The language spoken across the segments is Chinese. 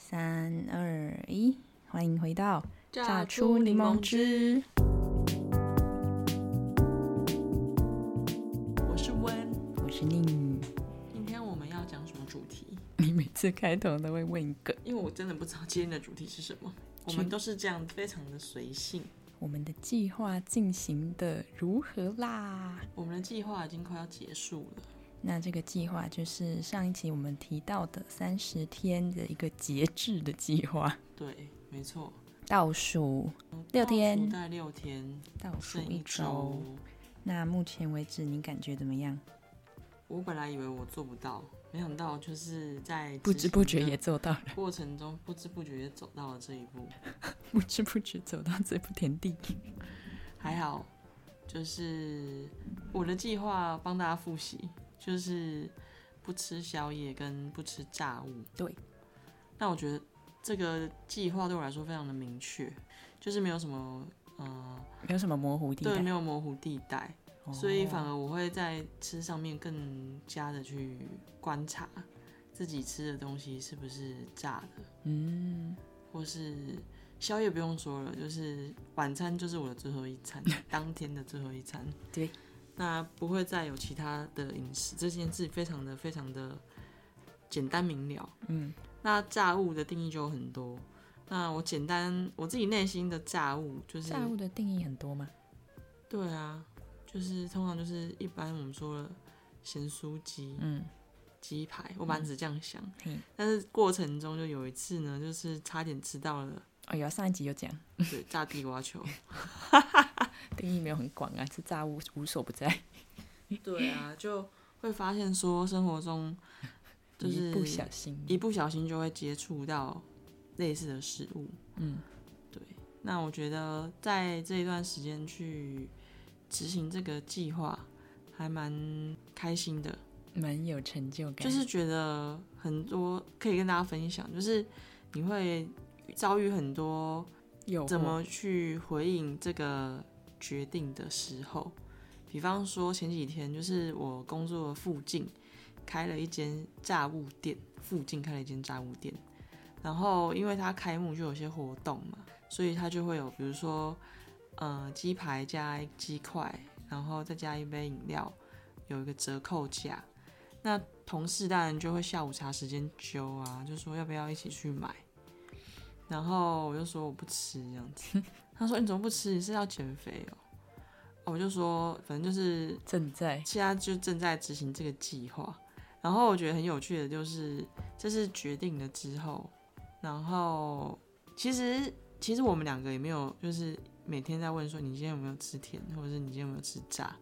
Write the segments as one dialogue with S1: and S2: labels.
S1: 三二一，欢迎回到
S2: 榨出柠檬汁。我是温，
S1: 我是宁。
S2: 今天我们要讲什么主题？
S1: 你每次开头都会问一个，
S2: 因为我真的不知道今天的主题是什么。我们都是这样，非常的随性。
S1: 我们的计划进行的如何啦？
S2: 我们的计划已经快要结束了。
S1: 那这个计划就是上一期我们提到的三十天的一个节制的计划，
S2: 对，没错，
S1: 倒数六天，
S2: 在六天，
S1: 倒数
S2: 剩
S1: 一
S2: 一周
S1: 周。。那目前为止你感觉怎么样？
S2: 我本来以为我做不到，没想到就是在
S1: 不
S2: 执
S1: 知
S2: 行
S1: 不觉
S2: 的
S1: 也做 到了，
S2: 过程中，不知不觉也走到了这一步。
S1: 不知不觉走到这步田 地。
S2: 还好，就是我的计划帮大家复习，就是不吃宵夜跟不吃炸物。
S1: 对，
S2: 那我觉得这个计划对我来说非常的明确，就是没有什么呃，
S1: 没有什么模糊地
S2: 对，
S1: 带
S2: 没，有模糊地带，
S1: 哦
S2: 所以反而我会在吃上面更加的去观察自己吃的东西是不是炸的，
S1: 嗯，
S2: 或是宵夜不用说了，就是晚餐就是我的最后一 餐，当天的最后一餐。
S1: 对，
S2: 那不会再有其他的饮食，这件事非常的非常的简单明了。
S1: 嗯，
S2: 那炸物的定义就有很多。那我简单我自己内心的炸物就是
S1: 炸物的定义很多吗？
S2: 对啊，就是通常就是一般我们说的咸酥鸡、
S1: 嗯，
S2: 鸡排，我本来只这样想，
S1: 嘿
S2: 但是过程中就有一次呢，就是差点吃到了
S1: 哦，有啊上一集有讲，
S2: 对炸地瓜球。
S1: 定义没有很广啊，是炸物无所不在，
S2: 对啊，就会发现说生 活中就是
S1: 一不小心，
S2: 一不小心就会接触到类似的事物。
S1: 嗯，
S2: 对。那我觉得在这一段时间去执行这个计划，还蛮开心的，
S1: 蛮有成就感，
S2: 就是觉得很多可以跟大家分享，就是你会遭遇很多
S1: 有
S2: 怎么去回应这个决定的时候，比方说前几天就是我工作附近开了一间炸物店，附近开了一间炸物店，然后因为它开幕就有些活动嘛，所以它就会有比如说，呃，鸡排加鸡块，然后再加一杯饮料，有一个折扣价。那同事当然就会下午茶时间揪啊，就说要不要一起去买。然后我就说我不吃这样子，他说你怎么不吃？你是要减肥哦？哦我就说反正就是
S1: 正在
S2: 现在就正在执行这个计划。然后我觉得很有趣的就是，这是决定了之后，然后其实其实我们两个也没有就是每天在问说你今天有没有吃甜，或者是你今天有没有吃炸，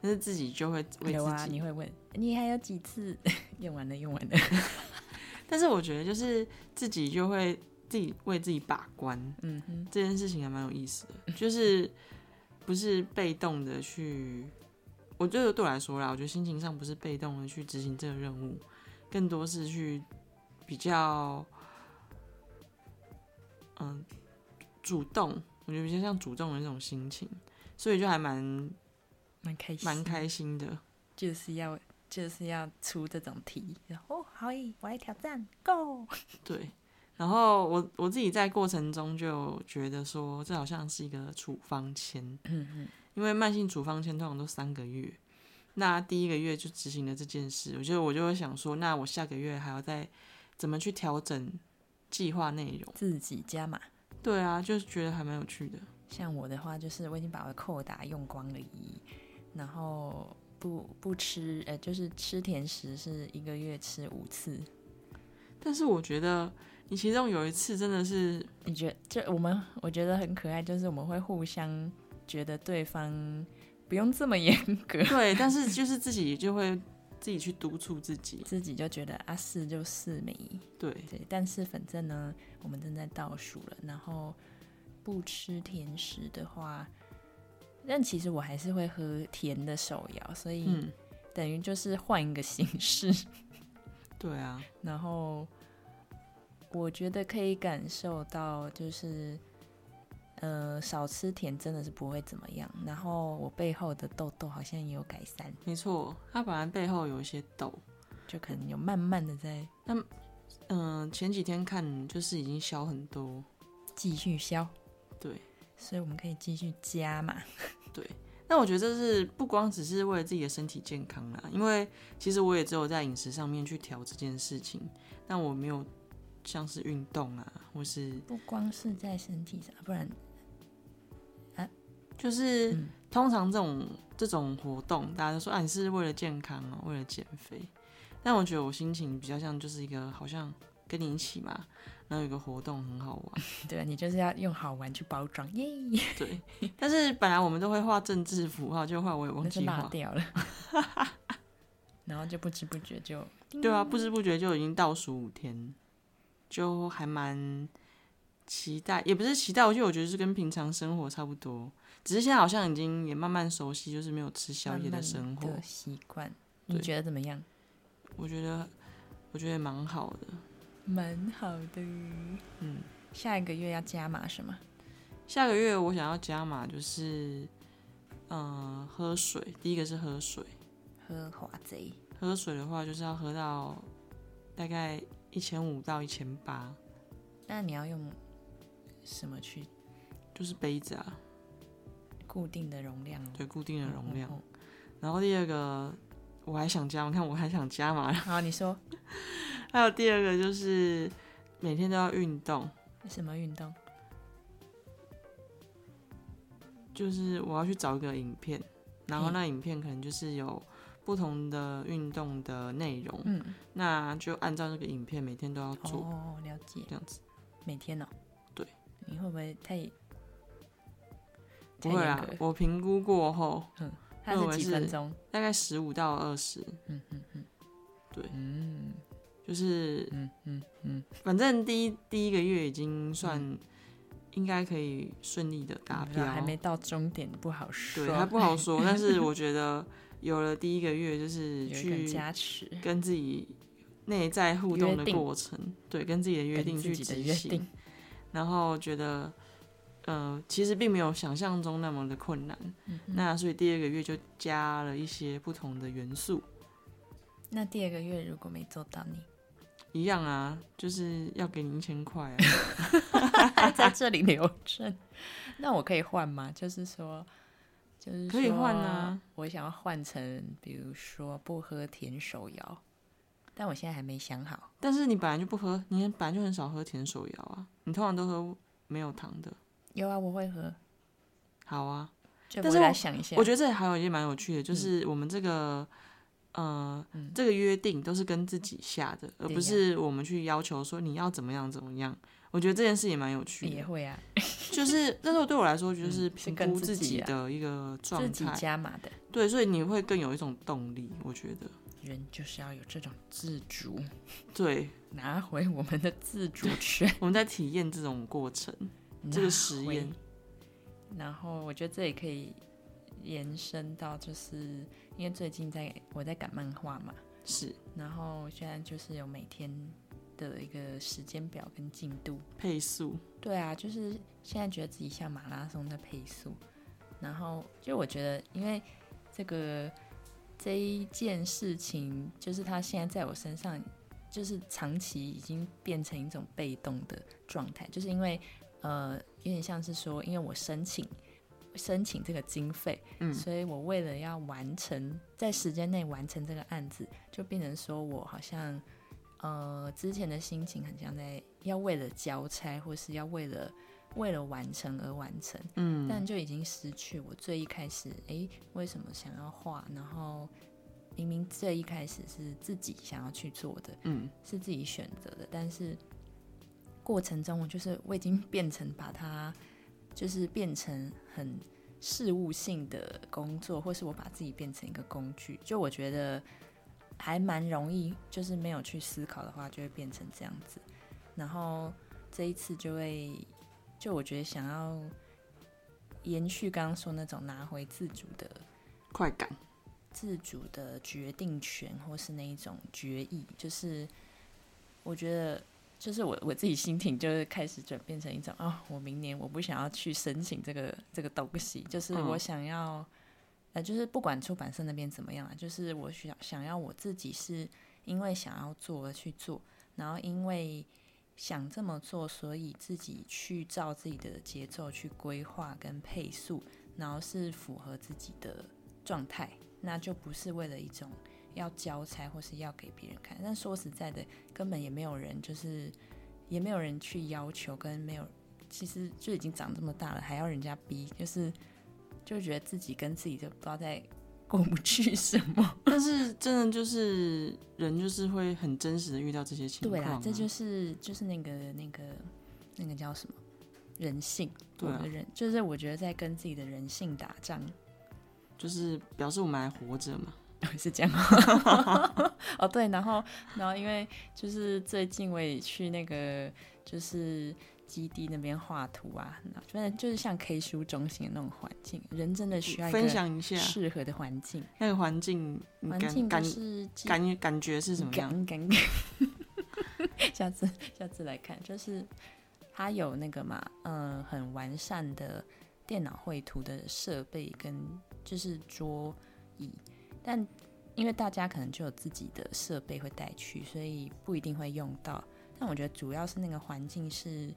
S2: 但是自己就会为
S1: 有啊，
S2: 自己
S1: 你会问你还有几次 用完了用完了，
S2: 但是我觉得就是自己就会自己为自己把关，
S1: 嗯哼，
S2: 这件事情还蛮有意思的，就是不是被动的去，我觉得对我来说啦，我觉得心情上不是被动的去执行这个任务，更多是去比较，嗯，主动，我觉得比较像主动的那种心情，所以就还蛮
S1: 蛮开心，
S2: 蛮开心的。
S1: 就是要就是要出这种题，然后哦好耶，我来挑战，Go，
S2: 对，然后我我自己在过程中就觉得说，这好像是一个处方签，因为慢性处方签通常都三个月，那第一个月就执行了这件事，我觉得我就会想说，那我下个月还要再怎么去调整计划内容？
S1: 自己加码。
S2: 对啊，就是觉得还蛮有趣的。
S1: 像我的话，就是我已经把我的扣打用光了一，然后不不吃，呃，就是吃甜食是一个月吃五次。
S2: 但是我觉得你其中有一次真的是，
S1: 你觉这我们我觉得很可爱，就是我们会互相觉得对方不用这么严格
S2: 对，但是就是自己就会自己去督促自己，
S1: 自己就觉得啊是就是没
S2: 对。
S1: 对，但是反正呢，我们正在倒数了，然后不吃甜食的话，但其实我还是会喝甜的手摇，所以
S2: 嗯，
S1: 等于就是换一个形式。
S2: 对啊，
S1: 然后我觉得可以感受到，就是呃，少吃甜真的是不会怎么样。然后我背后的痘痘好像也有改善，
S2: 没错，它本来背后有一些痘，
S1: 就可能有慢慢的在
S2: 嗯、前几天看就是已经消很多，
S1: 继续消，
S2: 对
S1: 所以我们可以继续加嘛。
S2: 对。那我觉得这是不光只是为了自己的身体健康啦，因为其实我也只有在饮食上面去调这件事情，但我没有像是运动啊，或是
S1: 不光是在身体上，不然
S2: 就是、
S1: 嗯
S2: 通常这种这种活动，大家都说啊，你是为了健康哦，为了减肥。但我觉得我心情比较像就是一个好像跟你一起嘛，然后有个活动很好玩，
S1: 对啊你就是要用好玩去包装，耶，
S2: 对。但是本来我们都会画政治符号，就画我也忘
S1: 那就
S2: 记
S1: 落
S2: 画，
S1: 掉了， 然后就不知不觉就
S2: 对
S1: 嗯
S2: 啊，不知不觉就已经倒数五天，就还蛮期待，也不是期待，我觉得我觉得是跟平常生活差不多，只是现在好像已经也慢慢熟悉，就是没有吃宵夜的生活。
S1: 慢慢地习惯，
S2: 对
S1: 你觉得怎么样？
S2: 我觉得我觉得蛮好的，
S1: 蛮好的。
S2: 嗯。
S1: 下一个月要加码什么？
S2: 下个月我想要加码，就是嗯、呃喝水。第一个是喝水，
S1: 喝华贼，
S2: 喝水的话就是要喝到大概一千五到一千八，
S1: 那你要用什么去
S2: 就是杯子啊，
S1: 固定的容量哦？
S2: 对，固定的容量
S1: 哦。哦
S2: 然后第二个我还想加码，看我还想加码
S1: 哦。好，你说
S2: 还有第二个就是每天都要运动，
S1: 什么运动？
S2: 就是我要去找一个影片，然后那影片可能就是有不同的运动的内容，
S1: 嗯，
S2: 那就按照这个影片每天都要做
S1: 哦，了解，
S2: 这样子。
S1: 每天哦。
S2: 对，
S1: 你会不会太？
S2: 不会
S1: 太
S2: 啦
S1: 严，格
S2: 我评估过后，
S1: 它
S2: 我以为
S1: 是几分
S2: 是
S1: 钟？
S2: 大概十五到二十，
S1: 嗯嗯嗯，
S2: 对
S1: 嗯
S2: 就是
S1: 嗯嗯嗯，
S2: 反正第一第一个月已经算、应该可以顺利的达
S1: 不知
S2: 标，
S1: 道还没到终点，不好说。
S2: 对还不好说，但是我觉得有了第一 个月，就
S1: 有
S2: 是
S1: 一个
S2: 去
S1: 加持，
S2: 跟自己内在互动的
S1: 约定
S2: 过程，对，跟自己的约定
S1: 跟
S2: 去
S1: 自己的
S2: 执
S1: 约
S2: 行
S1: 定，，
S2: 然后觉得。呃，其实并没有想象中那么的困难，
S1: 嗯
S2: 那所以第二个月就加了一些不同的元素，
S1: 那第二个月如果没做到你，
S2: 一样啊，就是要给你一 千块啊。
S1: 还 在这里留证，那我可以换吗？就是说，就是
S2: 可以换
S1: 说
S2: 啊。
S1: 我想要换成，比如说不喝甜手摇，但我现在还没想好。
S2: 但是你本来就不喝，你本来就很少喝甜手摇啊，你通常都喝没有糖的。
S1: 有啊，我会喝，
S2: 好啊，
S1: 就
S2: 但
S1: 我
S2: 是
S1: 来想一下。
S2: 我觉得这还有一件蛮有趣的，
S1: 嗯
S2: 就是我们这个。呃，这个约定都是跟自己下的，而
S1: 对呀
S2: 不是我们去要求说你要怎么样怎么样。我觉得这件事也蛮有趣
S1: 也
S2: 的，
S1: 会啊，
S2: 就是 但是对我来说，就是
S1: 嗯是
S2: 评
S1: 跟
S2: 估
S1: 自
S2: 自
S1: 己
S2: 己
S1: 啊
S2: 的一个
S1: 自
S2: 状
S1: 己
S2: 态，
S1: 加码的
S2: 对，所以你会更有一种动力。我觉得，
S1: 人就是要有这种自主，
S2: 对，
S1: 拿回我们的自主权。
S2: 我们在体验这种 过程，这个实验。
S1: 然后我觉得这也可以延伸到，就是因为最近在我在赶漫画嘛，
S2: 是
S1: 然后现在就是有每天的一个时间表跟进度。
S2: 配速，
S1: 对啊，就是现在觉得自己像马拉松在配速，然后就我觉得，因为这个这一件事情，就是它现在在我身上，就是长期已经变成一种被动的状态，就是因为呃，有点像是说，因为我申请申请这个经费，
S2: 嗯
S1: 所以我为了要完成在时间内完成这个案子，就变成说我好像呃之前的心情很像在要为了交差，或是要为了为了完成而完成，
S2: 嗯，
S1: 但就已经失去我最一开始诶，为什么想要画，然后明明最一开始是自己想要去做的，
S2: 嗯，
S1: 是自己选择的，但是过程中我就是我已经变成把它就是变成很事务性的工作，或是我把自己变成一个工具，就我觉得还蛮容易，就是没有去思考的话，就会变成这样子。然后这一次就会，就我觉得想要延续刚刚说那种拿回自主的
S2: 快感，
S1: 自主的决定权，或是那一种决议，就是我觉得，就是我我自己心情就是开始转变成一种，哦，我明年我不想要去申请这个这个东西，就是
S2: 嗯
S1: 我想要，呃，就是不管出版社那边怎么样啊，就是我想想要我自己是因为想要做而去做，然后因为想这么做，所以自己去照自己的节奏去规划跟配速，然后是符合自己的状态，那就不是为了一种要交差或是要给别人看。但说实在的，根本也没有人就是也没有人去要求，跟没有其实就已经长这么大了，还要人家逼，就是就觉得自己跟自己就不知道在过不去什 么。
S2: 但是真的就是人就是会很真实的遇到这些情
S1: 对
S2: 况、啊，
S1: 啦，这就是是就是那个那个那个叫什么人性，
S2: 对
S1: 我
S2: 啊
S1: 的，人就是我觉得在跟自己的人性打仗，
S2: 就是表示我们还活着嘛。
S1: 是 这样吗？哦，对，然后然后因为就是最近我也去那个就是基地那边画图啊，那反正就是像 K 书中心的那种环境，人真的需要一
S2: 分
S1: 个
S2: 享一下
S1: 适合的环境，
S2: 那个环境，你
S1: 环
S2: 感
S1: 境
S2: 感
S1: 就是基
S2: 感感觉是什么样？
S1: 感感感， 下次下次来看，就是它有那个嘛，嗯，很完善的电脑绘图的设备跟就是桌椅，但因为大家可能就有自己的设备会带去，所以不一定会用到。但我觉得主要是那个环境是，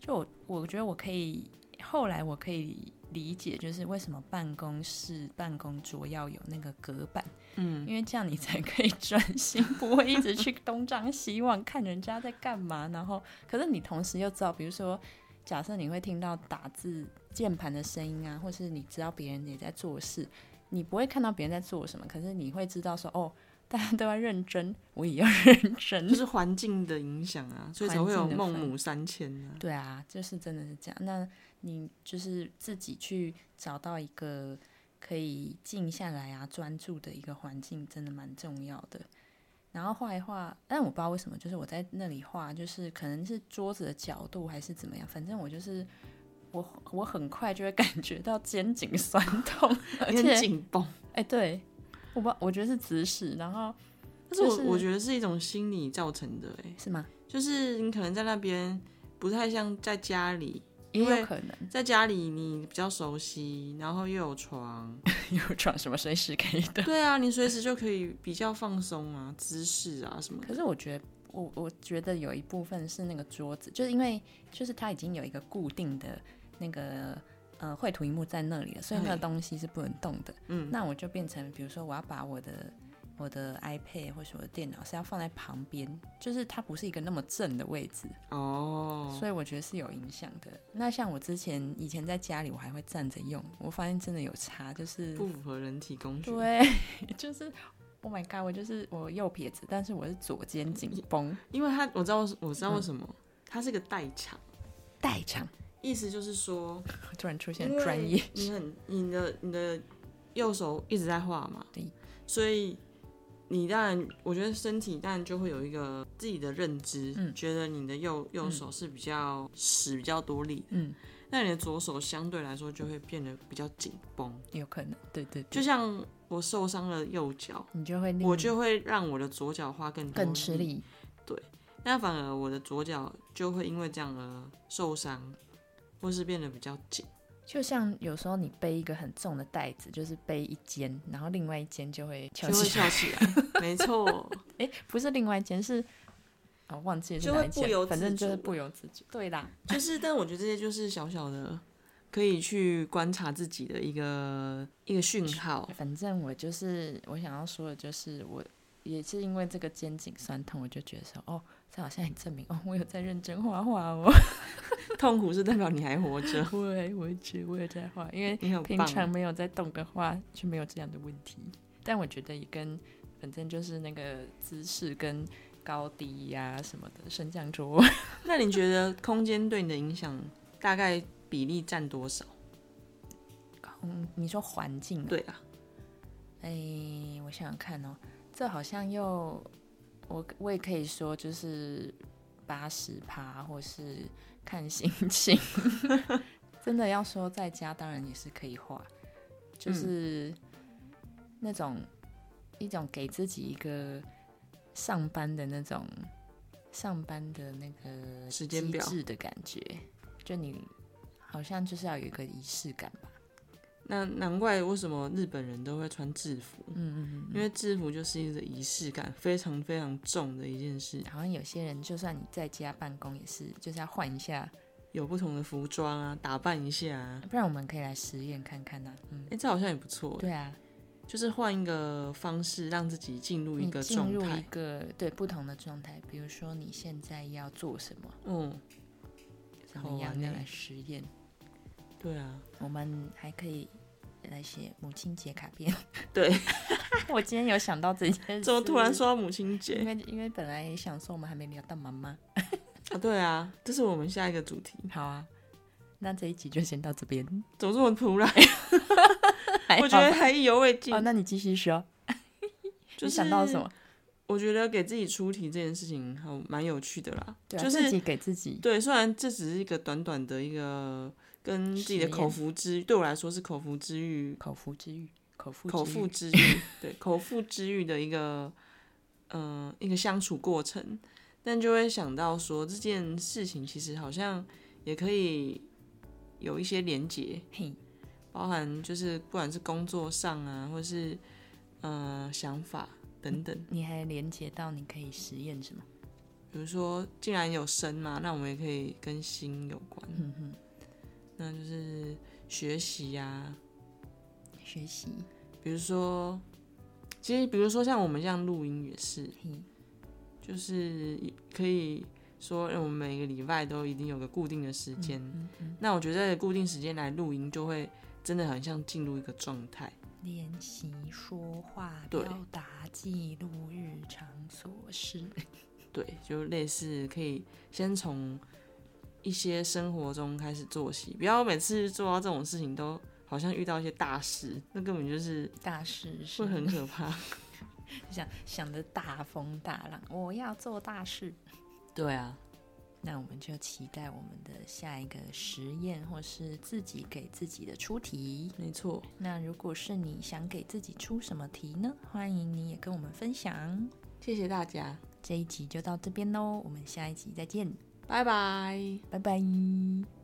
S1: 就我我觉得我可以后来我可以理解，就是为什么办公室办公桌要有那个隔板。
S2: 嗯，
S1: 因为这样你才可以专心，不会一直去东张西望看人家在干嘛。然后，可是你同时又知道，比如说，假设你会听到打字键盘的声音啊，或是你知道别人也在做事，你不会看到别人在做什么，可是你会知道说，哦，大家都要认真，我也要 认真
S2: 就。是环境的影响啊，所以才会有
S1: 环境的
S2: 孟
S1: 分
S2: 母三迁啊。
S1: 对啊，就是真的是这样。那你就是自己去找到一个可以静下来啊、专注的一个环境，真的蛮重要的。然后画一画，但我不知道为什么，就是我在那里画，就是可能是桌子的角度还是怎么样，反正我就是我我很快就会感觉到肩颈酸痛，而
S2: 有点
S1: 且
S2: 紧绷。
S1: 哎、对，我不知道我觉得是姿势，然后
S2: 但是我、
S1: 就是
S2: 我觉得是一种心理造成的、欸，
S1: 是吗？
S2: 就是你可能在那边不太像在家里，
S1: 也
S2: 因为
S1: 有可 能
S2: 在家里你比较熟悉，然后又有床，
S1: 有床什么随时可以的。
S2: 对啊，你随时就可以比较放松啊，姿势啊什么
S1: 可
S2: 的。
S1: 是我觉得，我我觉得有一部分是那个桌子，就是因为就是它已经有一个固定的那个呃绘图荧幕在那里了，所以那个
S2: 对
S1: 东西是不能动的。
S2: 嗯，
S1: 那我就变成，比如说我要把我的我的 iPad 或是我的电脑是要放在旁边，就是它不是一个那么正的位置，
S2: 哦，
S1: 所以我觉得是有影响的。那像我之前以前在家里，我还会站着用，我发现真的有差，就是
S2: 不符合人体工学。
S1: 对， 就是。Oh my god！我就是我右撇子，但是我是左肩紧绷，
S2: 因为他我知道我知道为什么，它是个代偿，
S1: 代偿。
S2: 意思就是说，
S1: 突然出
S2: 因
S1: 现
S2: 为
S1: 专业，
S2: 你很你的你的右手一直在画嘛，
S1: 对，
S2: 所以你当然我觉得身体当然就会有一个自己的认知，
S1: 嗯
S2: 觉得你的右右手是比较使比较多力的，
S1: 嗯，
S2: 那你的左手相对来说就会变得比较紧绷，
S1: 有可能，对对
S2: 就
S1: 对，
S2: 像我受伤了右脚，
S1: 你就会令
S2: 我就嗯会让我的左脚花更多
S1: 嗯更吃力，
S2: 那反而我的左脚就会因为这样而受伤，或是变得比较紧。
S1: 就像有时候你背一个很重的袋子，就是背一肩，然后另外一肩就会
S2: 就
S1: 翘
S2: 会
S1: 起 来，
S2: 翘起来，没错，
S1: 哎，不是另外一肩是。啊、忘记是
S2: 就
S1: 哪
S2: 会
S1: 一
S2: 不
S1: 肩
S2: 由
S1: 反
S2: 自
S1: 正就是
S2: 主
S1: 不由自主。对啦，
S2: 就是，但我觉得这些就是小小的，可以去观察自己的一个一个讯号。
S1: 哦反正我就是我想要说的，就是我也是因为这个肩颈酸痛，我就觉得说，哦，这好像也证明哦，我有在认真画画哦。
S2: 痛苦是代表你还活着，
S1: 对，我也觉得我有在画，因为
S2: 你很
S1: 平常
S2: 棒。
S1: 没有在动的话，就没有这样的问题。但我觉得也跟反正就是那个姿势跟高低呀、什么的升降桌，
S2: 那你觉得空间对你的影响大概比例占多少？
S1: 嗯，你说环境、啊，
S2: 对啊，
S1: 哎、我想想看哦，这好像又我我也可以说就是八十趴，或是看心情。真的要说在家，当然也是可以画，就是那种、一种给自己一个上班的那种上班的那个
S2: 时间
S1: 机
S2: 表
S1: 制的感觉，就你好像就是要有一个仪式感吧。
S2: 那难怪为什么日本人都会穿制服，
S1: 嗯嗯
S2: 因为制服就是一个仪式感非常非常重的一件事
S1: 嗯，，好像有些人就算你在家办公也是，就是要换一下，
S2: 有不同的服装啊，打扮一下啊，
S1: 不然我们可以来实验看看呐、嗯
S2: 哎、，这好像也不错，
S1: 对啊，
S2: 就是换一个方式让自己进入一
S1: 你
S2: 个
S1: 进
S2: 状
S1: 入一
S2: 态，
S1: 个对不同的状态，比如说你现在要做什么，
S2: 嗯，
S1: 怎
S2: 好
S1: 么
S2: 玩
S1: 样的
S2: 欸
S1: 来实验。
S2: 对啊，
S1: 我们还可以来写母亲节卡片。
S2: 对，
S1: 我今天有想到这件事，
S2: 怎么突然？说到母亲
S1: 因
S2: 节
S1: 为因为本来也想说我们还没聊到妈妈。
S2: 啊？对啊，这是我们下一个主题，
S1: 好啊，那这一集就先到这边。
S2: 怎么这么突然？
S1: 还哎好
S2: 我觉得还意犹未尽
S1: 哦，，那你继续说，
S2: 就
S1: 你
S2: 是
S1: 想到什么？？
S2: 我觉得给自己出题这件事情还蛮有趣的啦，
S1: 对啊、
S2: 就
S1: 自
S2: 是
S1: 己给自己
S2: 对，虽然这只是一个短短的一个跟自己的
S1: 实验
S2: 口腹之，对我来说是口腹之欲，
S1: 口腹之欲，口腹
S2: 口
S1: 之
S2: 腹
S1: 欲
S2: 之欲，对，口腹之欲的一个，嗯、一个相处过程，但就会想到说这件事情其实好像也可以有一些连结，
S1: 嘿，
S2: 包含就是不管是工作上啊，或是嗯、呃想法等等。
S1: 你还连接到你可以实验什么？
S2: 比如说，既然有生嘛，那我们也可以跟心有关，
S1: 嗯哼，
S2: 那就是学习呀、
S1: 学习，
S2: 比如说，其实比如说像我们这样录音也是，
S1: 嘿，
S2: 就是可以说，呃我们每个礼拜都一定有个固定的时间。
S1: 嗯嗯，
S2: 那我觉得固定时间来录音，就会真的很像进入一个状态。
S1: 练习说话、
S2: 对
S1: 表达、记录日常琐事。
S2: 对，就类似可以先从一些生活中开始做起，不要每次做到这种事情都好像遇到一些大事，那根本就是
S1: 大事是
S2: 会很可怕。
S1: 想想的大风大浪，我要做大事。
S2: 对啊，
S1: 那我们就期待我们的下一个实验，或是自己给自己的出题。
S2: 没错。
S1: 那如果是你想给自己出什么题呢？欢迎你也跟我们分享。
S2: 谢谢大家，
S1: 这一集就到这边喽，我们下一集再见，
S2: 拜拜。
S1: 拜拜。